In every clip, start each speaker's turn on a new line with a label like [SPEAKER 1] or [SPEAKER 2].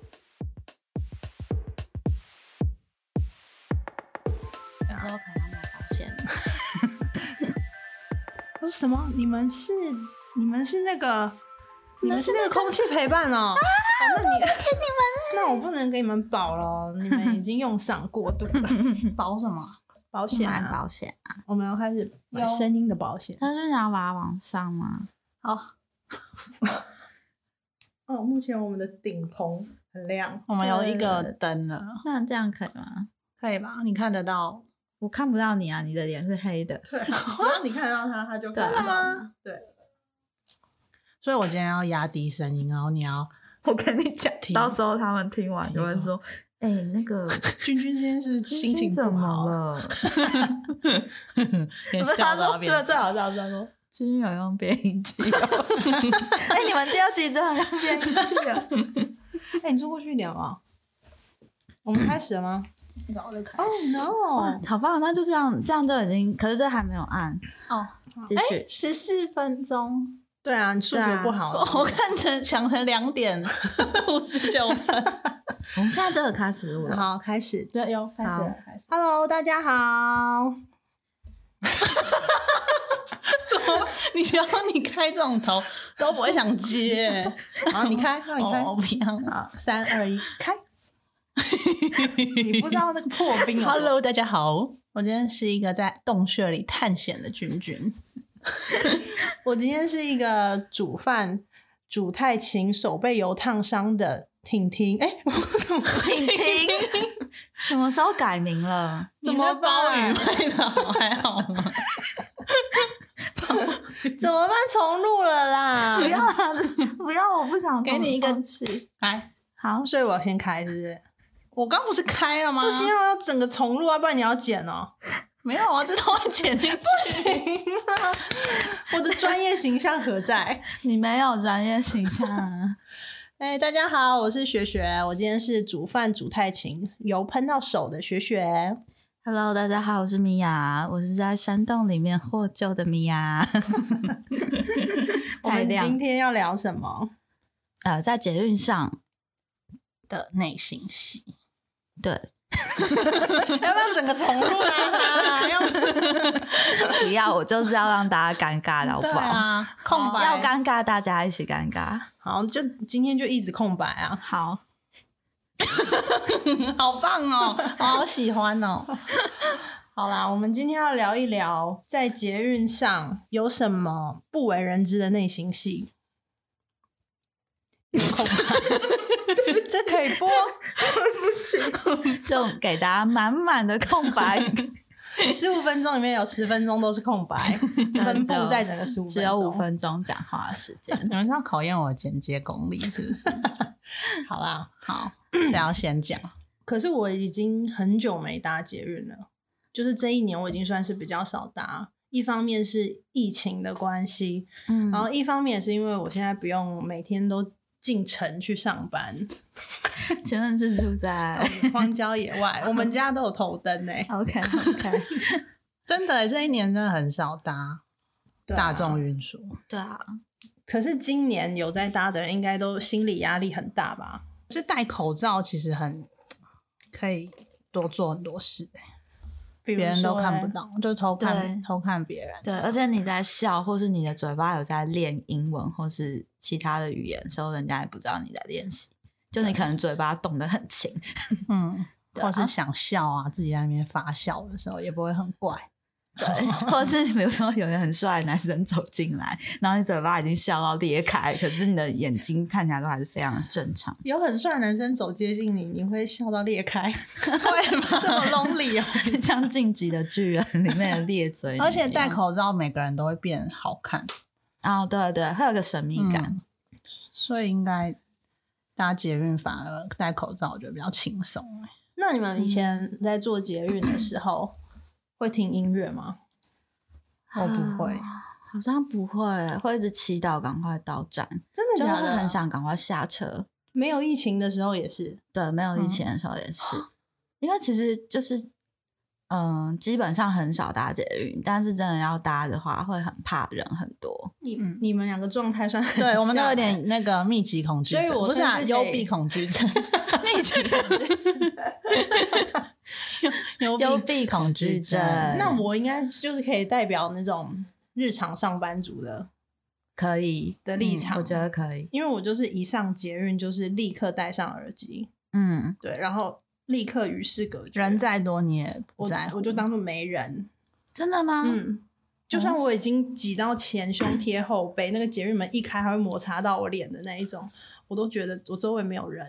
[SPEAKER 1] 啊
[SPEAKER 2] 之后可能要买保险。
[SPEAKER 3] 我说什么？你们是你们是那个你们是那个空气陪伴哦、哦那你
[SPEAKER 2] 听你
[SPEAKER 3] 那我不能给你们保了，你们已经用上过度了。
[SPEAKER 2] 们保 什么？
[SPEAKER 3] 保险
[SPEAKER 2] 买
[SPEAKER 3] 啊，
[SPEAKER 2] 保险啊？
[SPEAKER 3] 我们要开始买
[SPEAKER 2] 有
[SPEAKER 3] 声音的保险。
[SPEAKER 2] 他是想要把它往上吗？
[SPEAKER 3] 好。哦，目前我们的顶棚很亮，
[SPEAKER 1] 我们有一个
[SPEAKER 3] 对
[SPEAKER 1] 灯了，
[SPEAKER 2] 那这样可以吗？
[SPEAKER 1] 可以吧？你看得到？
[SPEAKER 2] 我看不到你啊，你的脸是黑的。
[SPEAKER 3] 对，啊只要你看得到它，它就看得
[SPEAKER 2] 真
[SPEAKER 1] 的
[SPEAKER 3] 到
[SPEAKER 1] 吗
[SPEAKER 3] 你。对，
[SPEAKER 1] 所以我今天要压低声音，然后你 要
[SPEAKER 2] 我跟你讲
[SPEAKER 1] 听
[SPEAKER 2] 到时候他们听完
[SPEAKER 1] 听
[SPEAKER 2] 就会说：“哎、那 个
[SPEAKER 1] 君君今天是不是心情
[SPEAKER 2] 君君怎
[SPEAKER 1] 不
[SPEAKER 2] 么
[SPEAKER 1] 好？
[SPEAKER 2] 了？”
[SPEAKER 1] 也
[SPEAKER 2] 不是
[SPEAKER 1] 笑
[SPEAKER 2] 他
[SPEAKER 1] 到那
[SPEAKER 2] 说，就
[SPEAKER 1] 边。
[SPEAKER 2] 最好笑是他说：“君君有用变音器哦。” 哎、你们第二集真的用变音器 了？
[SPEAKER 3] 哎，你坐过去一点啊。我们开始了吗
[SPEAKER 1] 早就开
[SPEAKER 3] ？Oh
[SPEAKER 2] 哇
[SPEAKER 3] no！
[SPEAKER 2] 好棒！那就这样，这样就已经，可是这还没有按，
[SPEAKER 1] 哦，
[SPEAKER 2] 继续。
[SPEAKER 1] 十四分钟，
[SPEAKER 3] 对啊，你数
[SPEAKER 2] 对
[SPEAKER 3] 学
[SPEAKER 2] 啊
[SPEAKER 3] 不 好，
[SPEAKER 1] 我看成想成两点五十九 分。
[SPEAKER 2] 我们现在真的开始录了。
[SPEAKER 1] 好，开始，对哟，开
[SPEAKER 2] 好
[SPEAKER 1] 始。Hello，大家好。怎么？你要你开这种头都不会想接？
[SPEAKER 3] 好，你开，让你 开
[SPEAKER 1] 哦，。我不要。
[SPEAKER 3] 好，啊三二一， 开！你不知道那个破冰哦有多
[SPEAKER 1] Hello，大家好，我今天是一个在洞穴里探险的君君。
[SPEAKER 3] 我今天是一个煮饭、煮太勤、手被油烫伤的婷婷。 哎、我怎么
[SPEAKER 2] 婷 婷，什么时候改名了？
[SPEAKER 3] 怎
[SPEAKER 1] 你
[SPEAKER 3] 么
[SPEAKER 1] 那鲍鱼
[SPEAKER 3] 办
[SPEAKER 1] 卖的好还好吗？
[SPEAKER 3] 怎么办？重录了啦！
[SPEAKER 2] 不要啊，不要，我不想
[SPEAKER 1] 给你一个
[SPEAKER 2] 放弃。
[SPEAKER 1] 来，
[SPEAKER 2] 好，
[SPEAKER 3] 所以我要先开，是不是？
[SPEAKER 1] 我刚不是开了吗？
[SPEAKER 3] 不行，啊，要整个重录啊，不然你要剪哦、
[SPEAKER 1] 没有啊，这都会剪进去。不行，
[SPEAKER 3] 我的专业形象何在？
[SPEAKER 2] 你没有专业形象啊。
[SPEAKER 3] 哎、大家好，我是雪雪，我今天是煮饭煮太勤，油喷到手的雪雪。
[SPEAKER 2] Hello，大家好，我是米娅，我是在山洞里面获救的米娅。
[SPEAKER 3] 我
[SPEAKER 2] 太
[SPEAKER 3] 们今
[SPEAKER 2] 亮
[SPEAKER 3] 天要聊什么？
[SPEAKER 2] 呃，在捷运上，
[SPEAKER 1] 的内心戏，
[SPEAKER 2] 对，
[SPEAKER 3] 要不要整个重录 啊？要
[SPEAKER 2] 不要，我就是要让大家尴尬的，好不
[SPEAKER 1] 对
[SPEAKER 2] 好？
[SPEAKER 1] 啊，空白
[SPEAKER 2] 要尴尬，大家一起尴尬。
[SPEAKER 3] 好，就今天就一直空白啊。
[SPEAKER 2] 好，
[SPEAKER 1] 好棒哦，我好喜欢哦。
[SPEAKER 3] 好啦，我们今天要聊一聊在捷运上有什么不为人知的内心戏。有 空白这可以播，
[SPEAKER 2] 就给大家满满的空白，
[SPEAKER 3] 十五分钟里面有十分钟都是空白，分布在整个十五，
[SPEAKER 2] 只有五。分钟讲话的时间。
[SPEAKER 1] 你们是要考验我的剪接功力是不是？
[SPEAKER 3] 好啦，
[SPEAKER 1] 好，谁要先讲？
[SPEAKER 3] 可是我已经很久没搭捷运了，就是这一年我已经算是比较少搭。一方面是疫情的关系，
[SPEAKER 2] 嗯
[SPEAKER 3] 然后一方面也是因为我现在不用每天都进城去 上班，哦
[SPEAKER 2] 前任是 住在
[SPEAKER 3] 荒郊野外，我们家都有头灯呢、欸
[SPEAKER 2] OK OK，
[SPEAKER 1] 真的耶，这一年真的很少搭
[SPEAKER 3] 对啊
[SPEAKER 1] 大众。运输。
[SPEAKER 2] 对啊，
[SPEAKER 3] 可是今年有在搭的人，应该都心理压力很大吧？
[SPEAKER 1] 是戴口罩，其实很可以多做很多事，
[SPEAKER 3] 别
[SPEAKER 1] 别人都看不。到，就是偷看
[SPEAKER 2] 对
[SPEAKER 1] 偷看别人。
[SPEAKER 2] 对，而且你在笑，或是你的嘴巴有在练英文或是其他的语言的时候，人家也不知道你在练习。就你可能嘴巴动得很勤，
[SPEAKER 1] 嗯，
[SPEAKER 2] 对啊
[SPEAKER 1] 或是想笑啊，自己在那边发笑的时候也不会很怪。
[SPEAKER 2] 对，或者是比如说有人很帅的男生走进来，然后你嘴巴已经笑到裂开，可是你的眼睛看起来都还是非常的正常。
[SPEAKER 3] 欸有很帅的男生走接近你，你会笑到裂开，
[SPEAKER 1] 会吗？
[SPEAKER 3] 这么 lonely 哦。
[SPEAKER 2] 像《晋级的巨人》里面的裂嘴女一样，
[SPEAKER 1] 而且戴口罩，每个人都会变好看，
[SPEAKER 2] 哦，对对，会有个神秘感。
[SPEAKER 1] 所以应该搭捷运反而戴口罩，我觉得比较轻松。
[SPEAKER 3] 那你们以
[SPEAKER 1] 嗯
[SPEAKER 3] 前在做捷运的时候，会听音乐吗？
[SPEAKER 1] 我不会，
[SPEAKER 2] 好像不会，会一直祈祷赶快到站，
[SPEAKER 3] 真
[SPEAKER 2] 就
[SPEAKER 3] 的假
[SPEAKER 2] 会
[SPEAKER 3] 的？
[SPEAKER 2] 很想赶快下车。
[SPEAKER 3] 没有疫情的时候也是，
[SPEAKER 2] 对，没
[SPEAKER 3] 嗯
[SPEAKER 2] 有疫情的时候也是，因为其实就是，嗯，基本上很少搭捷运，但是真的要搭的话，会很怕人很多。
[SPEAKER 3] 你、
[SPEAKER 1] 嗯
[SPEAKER 3] 你们两个状态算很
[SPEAKER 1] 对我们都
[SPEAKER 3] 像
[SPEAKER 1] 有
[SPEAKER 3] 欸
[SPEAKER 1] 点那个密集恐惧
[SPEAKER 3] 所以
[SPEAKER 1] 症，
[SPEAKER 3] 我
[SPEAKER 1] 不是啊，
[SPEAKER 3] 算是
[SPEAKER 1] 幽
[SPEAKER 3] 得
[SPEAKER 1] 闭恐惧症，
[SPEAKER 2] 密集
[SPEAKER 1] 幽
[SPEAKER 2] 幽闭恐惧症
[SPEAKER 3] 那我应该就是可以代表那种日常上班族的，
[SPEAKER 2] 可以
[SPEAKER 3] 的立
[SPEAKER 2] 嗯
[SPEAKER 3] 场
[SPEAKER 2] 我觉得可以。
[SPEAKER 3] 因为我就是一上捷运就是立刻戴上耳机，
[SPEAKER 2] 嗯，
[SPEAKER 3] 对，然后立刻与世隔绝，
[SPEAKER 1] 人再多你也不
[SPEAKER 3] 我
[SPEAKER 1] 在乎，
[SPEAKER 3] 我就当做没人。
[SPEAKER 2] 真的吗？
[SPEAKER 3] 嗯，就算
[SPEAKER 2] 哦
[SPEAKER 3] 我已经挤到前胸贴后背，那个捷运门一开还会摩擦到我脸的那一种，我都觉得我周围没有人。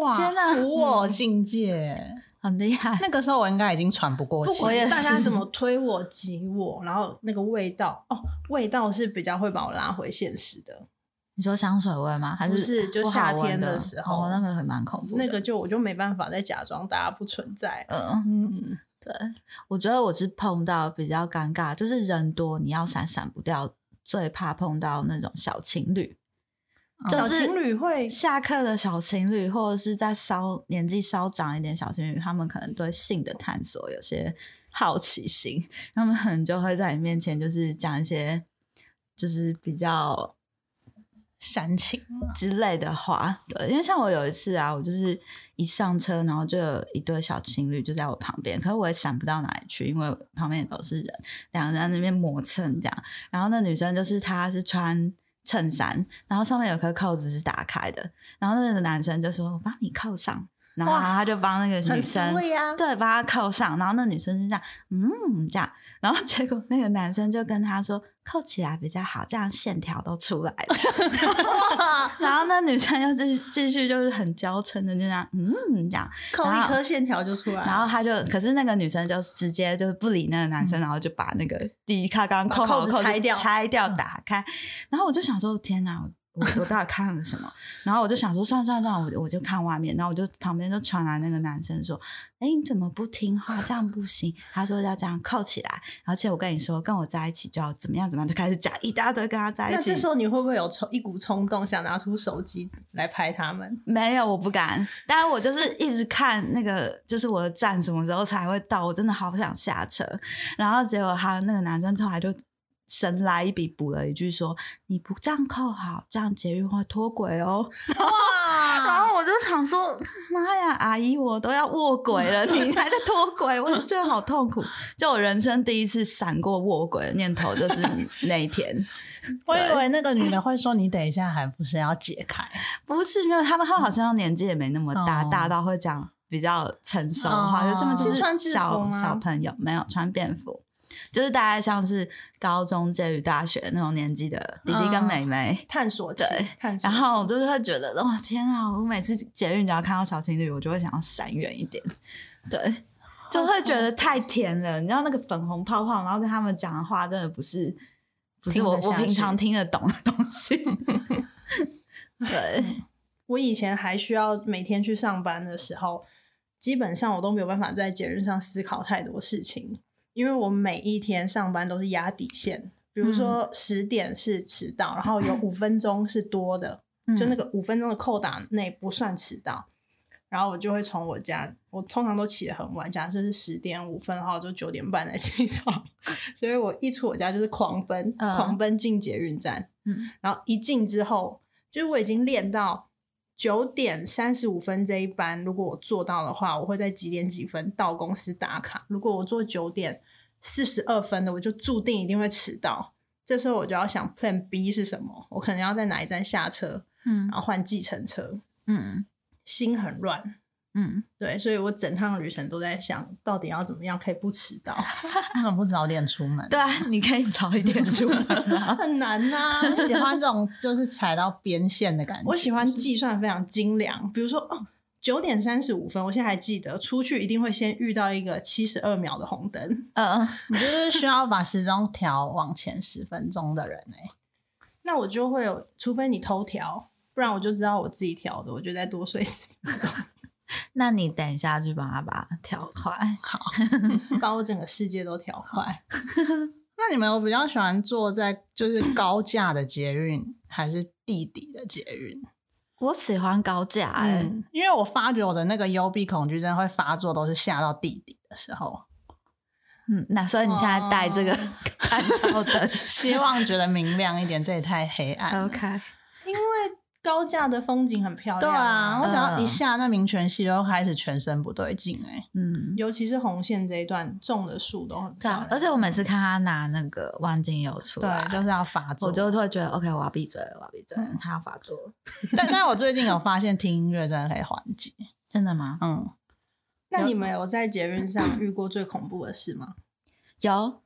[SPEAKER 1] 哇，
[SPEAKER 2] 天哪
[SPEAKER 1] 无我境界。
[SPEAKER 2] 很厉害。
[SPEAKER 1] 那个时候我应该已经喘不过
[SPEAKER 3] 不
[SPEAKER 1] 气
[SPEAKER 2] 我
[SPEAKER 3] 管
[SPEAKER 2] 也
[SPEAKER 1] 了，
[SPEAKER 2] 是
[SPEAKER 3] 大家怎么推我挤我，然后那个味道哦，味道是比较会把我拉回现实的。
[SPEAKER 2] 你说香水味吗？还
[SPEAKER 3] 不
[SPEAKER 2] 是
[SPEAKER 3] 是就
[SPEAKER 2] 不好
[SPEAKER 3] 夏
[SPEAKER 2] 闻
[SPEAKER 3] 天
[SPEAKER 2] 的
[SPEAKER 3] 的时候
[SPEAKER 2] 哦、那个很蛮恐怖的。
[SPEAKER 3] 那个就我就没办法再假装大家不存在。
[SPEAKER 2] 嗯，
[SPEAKER 1] 嗯，
[SPEAKER 2] 我觉得我是碰到比较尴尬，就是人多你要闪闪不掉，最怕碰到那种小情侣，就
[SPEAKER 3] 哦小
[SPEAKER 2] 是
[SPEAKER 3] 情侣会
[SPEAKER 2] 下课的小情侣，或者是在稍年纪稍长一点小情侣，他们可能对性的探索有些好奇心，他们可能就会在你面前就是讲一些就是比较
[SPEAKER 1] 煽情
[SPEAKER 2] 之类的话，对，因为像我有一次啊，我就是一上车，然后就有一对小情侣就在我旁边，可是我也闪不到哪里去，因为旁边也都是人，两个人在那边磨蹭这样。然后那女生就是她是穿衬衫，然后上面有颗扣子是打开的，然后那个男生就说：“我帮你扣上。”然后
[SPEAKER 3] 哇
[SPEAKER 2] 他就帮那个女
[SPEAKER 3] 很啊
[SPEAKER 2] 生
[SPEAKER 3] 对 呀、
[SPEAKER 2] 对，把他扣上，然后那女生就这样，嗯，这样，然后结果那个男生就跟他说扣起来比较好，这样线条都出来了。 然后那女生又继续继续就是很娇嗔的就这样，嗯，这样，
[SPEAKER 3] 扣
[SPEAKER 2] 然
[SPEAKER 3] 一
[SPEAKER 2] 后
[SPEAKER 3] 颗线条就出来了，
[SPEAKER 2] 然后他就，可是那个女生就直接就不理那个男生，然后就把那个第一卡刚
[SPEAKER 3] 嗯把
[SPEAKER 2] 扣好
[SPEAKER 3] 扣子
[SPEAKER 2] 的扣子
[SPEAKER 3] 拆掉嗯
[SPEAKER 2] 拆掉打开，然后我就想说，天哪！我我我到底看了什么？ 然后我就想说，算了算了算了，我我就看外面。然后我就旁边就传来那个男生说：“哎，你怎么不听话？这样不行。”他说要这样扣起来，而且我跟你说，跟我在一起就要怎么样怎么样，就开始讲一大堆跟他在一
[SPEAKER 3] 那
[SPEAKER 2] 起
[SPEAKER 3] 这。时候你会不会有冲一股冲动，想拿出手机来拍他 们？
[SPEAKER 2] 没有，我不敢。但我就是一直看那个，就是我的站什么时候才会到，我真的好想下车。然后结果他那个男生后来就神来一笔补了一句说：“你不这样扣好，这样捷运会脱轨哦。”然
[SPEAKER 1] 哇，
[SPEAKER 2] 后我就想说：“妈呀，阿姨，我都要卧轨了，你还在脱轨，我就觉得好痛苦。”就我人生第一次闪过卧轨的念头，就是那一天。
[SPEAKER 1] 我以为那个女的会说你等一下还不是要解开，
[SPEAKER 2] 不是，没有，他们他们好像年纪也没那么大，
[SPEAKER 1] 哦
[SPEAKER 2] 大到会讲比较成熟的话，
[SPEAKER 1] 哦
[SPEAKER 2] 就这么就是
[SPEAKER 3] 穿制服
[SPEAKER 2] 小
[SPEAKER 3] 吗
[SPEAKER 2] 小朋友没有穿便服，就是大概像是高中介于大学那种年纪的弟弟跟
[SPEAKER 1] 嗯
[SPEAKER 2] 妹妹。
[SPEAKER 3] 探索期
[SPEAKER 2] 对，
[SPEAKER 3] 探索
[SPEAKER 2] 然
[SPEAKER 3] 期。
[SPEAKER 2] 后我就是会觉得，哇，天啊！我每次捷运只要看到小情侣，我就会想要闪远一点，对，就会觉得太
[SPEAKER 1] 哦
[SPEAKER 2] 甜了。你知道那个粉红泡泡，然后跟他们讲的话，真的不是不是
[SPEAKER 1] 听得
[SPEAKER 2] 我我
[SPEAKER 1] 下去
[SPEAKER 2] 平常听得懂的东 西。对，
[SPEAKER 3] 我以前还需要每天去上班的时候，基本上我都没有办法在节日上思考太多事情，因为我每一天上班都是压底线。比如
[SPEAKER 2] 嗯
[SPEAKER 3] 说十点是迟到，然后有 五分钟是多的，
[SPEAKER 2] 嗯
[SPEAKER 3] 就那个五分钟的扣打内不算迟到。然后我就会从我家，我通常都起得很晚，假设是十点五分的话，我就九点半才起床， 所以我一出我家就是狂奔，
[SPEAKER 2] 嗯
[SPEAKER 3] 狂奔进捷运站。
[SPEAKER 2] 嗯，
[SPEAKER 3] 然后一进之后，就是我已经练到九点三十五分这一班，如果我做到的话，我会在几点几分到公司打卡。如果我做九点四十二分的，我就注定一定会迟到。这时候我就要想 Plan B 是什么，我可能要在哪一站下车，
[SPEAKER 2] 嗯
[SPEAKER 3] 然后换计程车，
[SPEAKER 2] 嗯。
[SPEAKER 3] 心很乱。
[SPEAKER 2] 嗯，
[SPEAKER 3] 对，所以我整趟旅程都在想，到底要怎么样可以不迟 到，
[SPEAKER 1] 为什么不早点出门？
[SPEAKER 2] 对啊， 你可以早一点出门啊。
[SPEAKER 3] 很难呐、
[SPEAKER 1] 我喜欢这种就是踩到边线的感觉。
[SPEAKER 3] 我喜欢计算非常精良，比如说哦，九点三十五分，我现在还记得出去一定会先遇到一个七十二秒的红灯。
[SPEAKER 2] 嗯，
[SPEAKER 1] 你就是需要把时钟调往前十分钟的人哎、
[SPEAKER 3] 那我就会有，除非你偷调，不然我就知道我自己调的，我就再多睡十分钟，
[SPEAKER 2] 那你等一下去帮他把它调快。
[SPEAKER 1] 好，
[SPEAKER 3] 把我整个世界都调坏。
[SPEAKER 1] 那你们有比较喜欢坐在就是高架的捷运，还是地底的捷运？
[SPEAKER 2] 我喜欢高架、欸，
[SPEAKER 1] 嗯，因为我发觉我的那个幽闭恐惧症会发作，都是下到地底的时候，
[SPEAKER 2] 嗯，那所以你现在带这个 探照灯
[SPEAKER 1] 希望觉得明亮一点，这也太黑暗了。
[SPEAKER 2] ，OK，
[SPEAKER 3] 因为高架的风景很漂
[SPEAKER 1] 对
[SPEAKER 3] 亮、
[SPEAKER 1] 啊，我只要一
[SPEAKER 2] 嗯
[SPEAKER 1] 下那民权系，就开始全身不对劲哎、
[SPEAKER 2] 嗯，
[SPEAKER 3] 尤其是红线这一段种的树都很
[SPEAKER 2] 对
[SPEAKER 3] 漂
[SPEAKER 2] 啊
[SPEAKER 3] 亮，，
[SPEAKER 2] 而且我每次看他拿那个万金油出来，
[SPEAKER 1] 对，就是要发作。
[SPEAKER 2] 啊我就会觉得 OK，我要闭嘴了，我要闭嘴了
[SPEAKER 1] 嗯，
[SPEAKER 2] 他要发作了，
[SPEAKER 1] 但但我最近有发现，听音乐真的可以缓解。
[SPEAKER 2] 真的吗？
[SPEAKER 1] 嗯，
[SPEAKER 3] 那你们有在捷运上遇过最恐怖的事吗？
[SPEAKER 2] 有，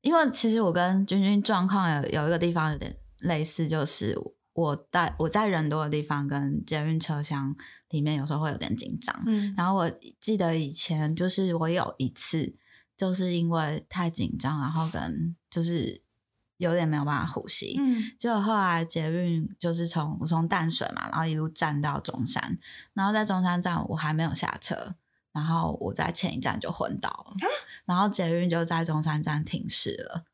[SPEAKER 2] 因为其实我跟君君状况有有一个地方有点类似，就是我在我在人多的地方跟捷运车厢里面有时候会有点紧张。
[SPEAKER 3] 嗯，
[SPEAKER 2] 然后我记得以前就是我有一次，就是因为太紧张，然后跟就是有点没有办法呼吸。
[SPEAKER 3] 嗯，
[SPEAKER 2] 结果后来捷运就是从我从淡水嘛，然后一路站到中山，然后在中山站我还没有下车，然后我在前一站就昏倒了，然后捷运就在中山站停驶了。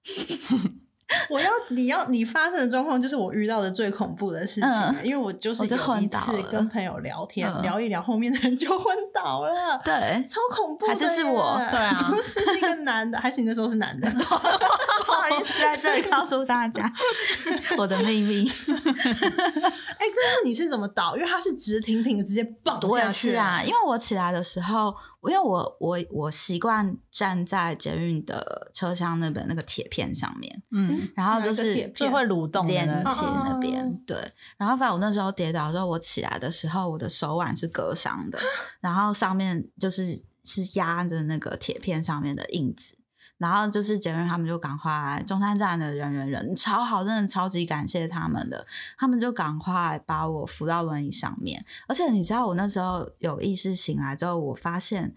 [SPEAKER 3] 我要你要你发生的状况就是我遇到的最恐怖的事情，
[SPEAKER 2] 嗯
[SPEAKER 3] 因为我就是
[SPEAKER 2] 我就
[SPEAKER 3] 有一
[SPEAKER 2] 昏倒
[SPEAKER 3] 次
[SPEAKER 2] 了
[SPEAKER 3] 跟朋友聊天，
[SPEAKER 2] 嗯
[SPEAKER 3] 聊一聊，后面的人就昏倒了。
[SPEAKER 2] 对，
[SPEAKER 3] 超恐怖的
[SPEAKER 2] 还
[SPEAKER 3] 耶！
[SPEAKER 2] 是是我
[SPEAKER 1] 对啊
[SPEAKER 3] 不是是一个男的，还是你那时候是男 的？哎
[SPEAKER 2] 不好意思在这里告诉大家 我的秘密。
[SPEAKER 3] 哎、但是你是怎么倒？因为他是直挺挺的直接蹦
[SPEAKER 2] 我也
[SPEAKER 3] 下去
[SPEAKER 2] 是啊，，因为我起来的时候，因为我我我习惯站在捷运的车厢那边那个铁片上面，
[SPEAKER 1] 嗯，
[SPEAKER 2] 然后就
[SPEAKER 3] 哪一个铁
[SPEAKER 2] 是
[SPEAKER 1] 就会蠕动的
[SPEAKER 2] 连
[SPEAKER 1] 那
[SPEAKER 2] 接
[SPEAKER 1] 种。嗯
[SPEAKER 2] 那边。
[SPEAKER 3] 哦
[SPEAKER 2] 对，然后反正我那时候跌倒的时候，我起来的时候，我的手腕是割伤的，然后上面就是是压着那个铁片上面的印子。然后就是杰伦他们就赶快，中山站的人员人超好，真的超级感谢他们的，他们就赶快把我扶到轮椅上面。而且你知道，我那时候有意识醒来之后，我发现，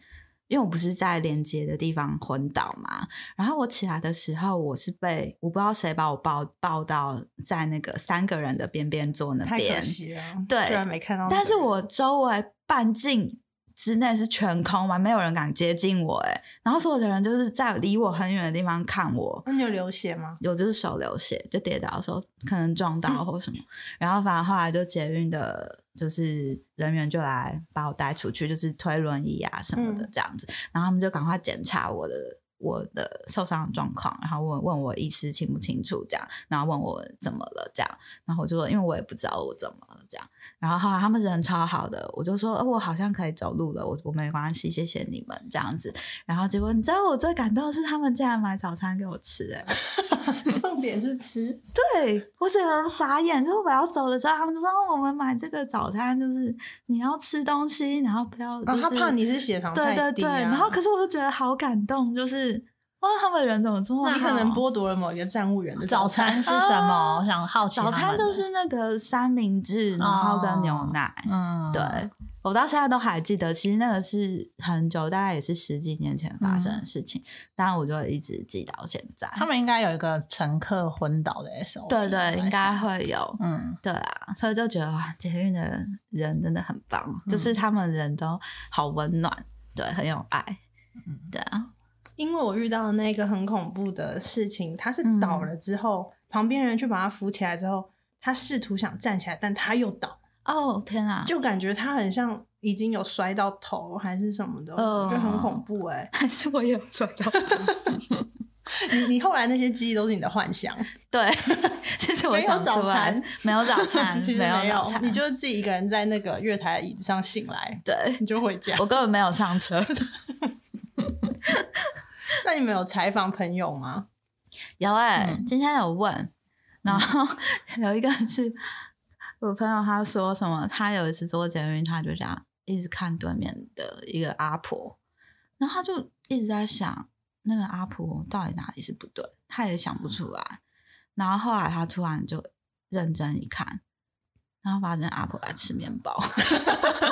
[SPEAKER 2] 因为我不是在连接的地方昏倒嘛，然后我起来的时候，我是被我不知道谁把我抱抱到在那个三个人的边边座那
[SPEAKER 3] 太可
[SPEAKER 2] 边，
[SPEAKER 3] 惜了，
[SPEAKER 2] 对
[SPEAKER 3] 居然没看到这个人。
[SPEAKER 2] 但是我周围半径之内是全空嘛，没有人敢接近我哎、然后所有的人就是在离我很远的地方看我。
[SPEAKER 3] 那你有流血吗？
[SPEAKER 2] 我就是手流血，就跌倒的时候可能撞到或什么，然后反正后来就捷运的，就是人员就来把我带出去，就是推轮椅啊什么的
[SPEAKER 3] 嗯
[SPEAKER 2] 这样子，然后他们就赶快检查我的我的受伤的状况，然后问问我意识清不清楚这样，然后问我怎么了这样，然后我就说因为我也不知道我怎么了这样，然后后来他们人超好的，我就说、呃我好像可以走路了，我我没关系，谢谢你们这样子，然后结果你知道我最感动的是他们竟然买早餐给我吃、欸，
[SPEAKER 3] 重点是吃，
[SPEAKER 2] 对我整个人傻眼，就是我要走的时候，他们就说哦我们买这个早餐，就是你要吃东西，然后不要、就
[SPEAKER 3] 哦，
[SPEAKER 2] 是
[SPEAKER 3] 他怕你是血糖
[SPEAKER 2] 对对
[SPEAKER 3] 太
[SPEAKER 2] 对，
[SPEAKER 3] 低啊、
[SPEAKER 2] 然后可是我就觉得好感动，就是哇，他们人怎么这么
[SPEAKER 3] 那
[SPEAKER 2] 好？
[SPEAKER 3] 你可能剥夺了某一个站务员的
[SPEAKER 1] 早
[SPEAKER 3] 餐。
[SPEAKER 1] 餐是什么？我想好奇他
[SPEAKER 2] 哦早
[SPEAKER 1] 们的。
[SPEAKER 2] 餐就是那个三明治，然后跟牛奶。
[SPEAKER 1] 嗯，
[SPEAKER 2] 对我到现在都还记得，其实那个是很久，大概也是十几年前发生的事情，但我就一直记到现在。
[SPEAKER 1] 嗯他们应该有一个乘客昏倒的 SO。
[SPEAKER 2] 对对，应该。会有。
[SPEAKER 1] 嗯，
[SPEAKER 2] 对啊，所以就觉得哇，捷运的人真的很棒，
[SPEAKER 3] 嗯
[SPEAKER 2] 就是他们人都好温暖，对，很有爱，对啊，
[SPEAKER 3] 因为我遇到的那个很恐怖的事情，他是倒
[SPEAKER 2] 嗯
[SPEAKER 3] 了之后，旁边人去把他扶起来之后，他试图想站起来，但他又倒，
[SPEAKER 2] 哦天啊，
[SPEAKER 3] 就感觉他很像已经有摔到头还是什么的，
[SPEAKER 2] 嗯
[SPEAKER 3] 就很恐怖哎、
[SPEAKER 2] 还是我也有摔到，
[SPEAKER 3] 你你后来那些记忆都是你的幻想，
[SPEAKER 2] 对， 这是我
[SPEAKER 3] 没有
[SPEAKER 2] 想
[SPEAKER 3] 早
[SPEAKER 2] 出来
[SPEAKER 3] 餐，
[SPEAKER 2] 没有早餐，
[SPEAKER 3] 其实
[SPEAKER 2] 没
[SPEAKER 3] 没
[SPEAKER 2] 有
[SPEAKER 3] 有
[SPEAKER 2] 早，餐，
[SPEAKER 3] 你就是自己一个人在那个月台的椅子上醒来，
[SPEAKER 2] 对
[SPEAKER 3] 你就回家
[SPEAKER 2] 我。根本没有上车，
[SPEAKER 3] 那你们有采访朋友吗？
[SPEAKER 2] 有哎、
[SPEAKER 1] 嗯
[SPEAKER 2] 今天有问，然
[SPEAKER 3] 嗯
[SPEAKER 2] 后 有一个是我朋友，他说什么？他有一次坐捷运，他就这样一直看对面的一个阿婆，然后他就一直在想那个阿婆到底哪里是不对，他也想不出来。然后后来他突然就认真一看，然后发现阿婆在吃面包，
[SPEAKER 3] 很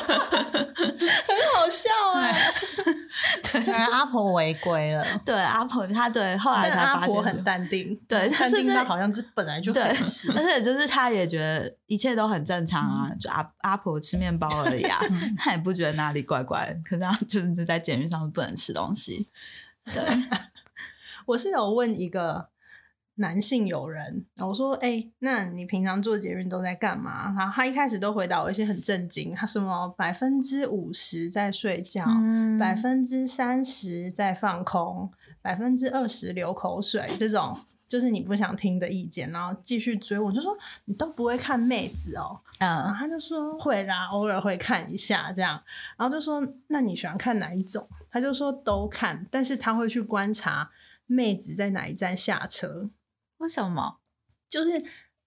[SPEAKER 3] 好笑哎、
[SPEAKER 1] 原来阿婆违规了。
[SPEAKER 2] 对阿婆，啊他对后来
[SPEAKER 3] 但
[SPEAKER 2] 才
[SPEAKER 3] 阿
[SPEAKER 2] 发现
[SPEAKER 3] 婆很淡定，
[SPEAKER 2] 对她
[SPEAKER 3] 淡
[SPEAKER 2] 是
[SPEAKER 3] 定
[SPEAKER 2] 在
[SPEAKER 3] 到好像是本来就
[SPEAKER 2] 对，
[SPEAKER 3] 很是。
[SPEAKER 2] 而且就是他也觉得一切都很正常啊，就阿阿婆吃面包而已啊，他也不觉得哪里怪怪的。可是他就是在监狱上是不能吃东西，对，
[SPEAKER 3] 我是有问一个男性友人，我说：“哎、那你平常做捷运都在干嘛？”然后他一开始都回答我一些很震惊，他什么百分之五十在睡觉，
[SPEAKER 2] 嗯
[SPEAKER 3] 百分之三十在放空，百分之二十流口水这种就是你不想听的意见，然后继续追我，就说你都不会看妹子哦，然
[SPEAKER 2] 嗯
[SPEAKER 3] 后他就说会啦，偶尔会看一下这样，然后就说那你喜欢看哪一种？他就说都看，但是他会去观察妹子在哪一站下车，
[SPEAKER 2] 为什么？
[SPEAKER 3] 就是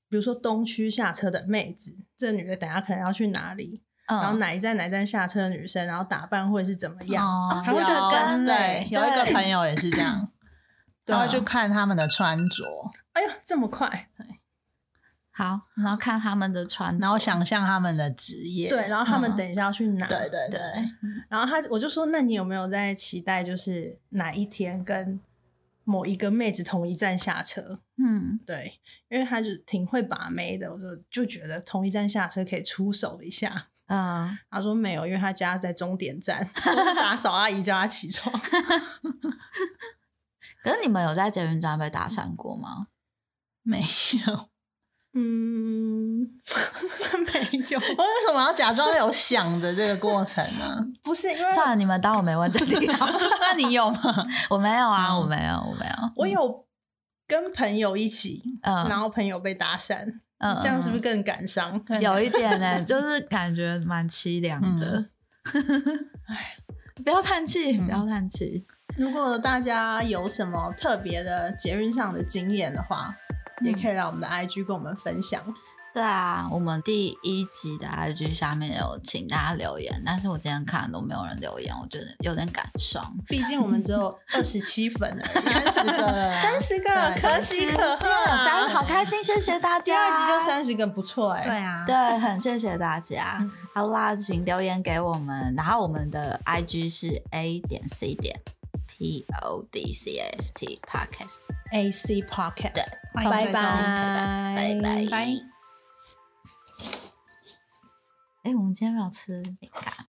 [SPEAKER 3] 比如说东区下车的妹子，这女的等下可能要去哪里，
[SPEAKER 2] 嗯，
[SPEAKER 3] 然后哪一站哪一站下车的女生，然后打扮会是怎么
[SPEAKER 2] 嗯
[SPEAKER 3] 样？
[SPEAKER 1] 哦，
[SPEAKER 2] 他会觉得跟嗯
[SPEAKER 1] 对，有一个朋友也是这 样，
[SPEAKER 3] 对
[SPEAKER 1] 他会去看他们的穿着，
[SPEAKER 3] 哎呀，这么快？
[SPEAKER 2] 好，然后看他们的穿着，
[SPEAKER 1] 然后想象他们的职业。
[SPEAKER 3] 对，然后他们
[SPEAKER 2] 嗯
[SPEAKER 3] 等一下要去哪？
[SPEAKER 1] 对对对，
[SPEAKER 3] 然后他我就说，那你有没有在期待，就是哪一天跟某一个妹子同一站下车？
[SPEAKER 2] 嗯，
[SPEAKER 3] 对，因为他就挺会把妹的，我就就觉得同一站下车可以出手一下。
[SPEAKER 2] 嗯，
[SPEAKER 3] 他说没有，因为他家在终点站， 都是打扫阿姨叫他起床。
[SPEAKER 2] 可是你们有在捷运站被搭讪过吗？
[SPEAKER 1] 没有，
[SPEAKER 3] 嗯， 没有，
[SPEAKER 1] 我为什么要假装有想的这个过程 呢？
[SPEAKER 3] 不是因为
[SPEAKER 2] 算了，你们当我没问这题好了。
[SPEAKER 1] 那你有吗？
[SPEAKER 2] 我没有啊，
[SPEAKER 1] 嗯
[SPEAKER 2] 我没有，我没有。
[SPEAKER 3] 我有跟朋友一起，
[SPEAKER 2] 嗯
[SPEAKER 3] 然后朋友被搭讪，
[SPEAKER 2] 嗯，
[SPEAKER 3] 这样是不是更感伤？
[SPEAKER 2] 嗯有一点呢、 就是感觉蛮凄凉的。嗯 不要叹气，不要叹气。
[SPEAKER 3] 如果大家有什么特别的捷运上的经验的话，也
[SPEAKER 2] 嗯
[SPEAKER 3] 可以来我们的 IG 跟我们分享。
[SPEAKER 2] 对啊，我们第一集的 IG 下面有请大家留言，但是我今天看都没有人留言，我觉得有点感伤。
[SPEAKER 3] 毕竟我们只有二十七粉而已，
[SPEAKER 1] 三十个人，
[SPEAKER 3] 三十个
[SPEAKER 1] 对
[SPEAKER 3] 可喜可贺
[SPEAKER 2] 今天有三，好开心，谢谢大家。
[SPEAKER 3] 第二集就三十个，不错哎、
[SPEAKER 1] 对啊，
[SPEAKER 2] 对，很谢谢大家。好啦，请留言给我们，然后我们的 IG 是 a 点 c 点 p o d c a s t podcast。
[SPEAKER 3] a c Podcast，
[SPEAKER 1] 欢迎追踪
[SPEAKER 3] 拜拜，
[SPEAKER 2] 拜拜
[SPEAKER 3] 拜。
[SPEAKER 2] 哎，我们今天没有吃饼干。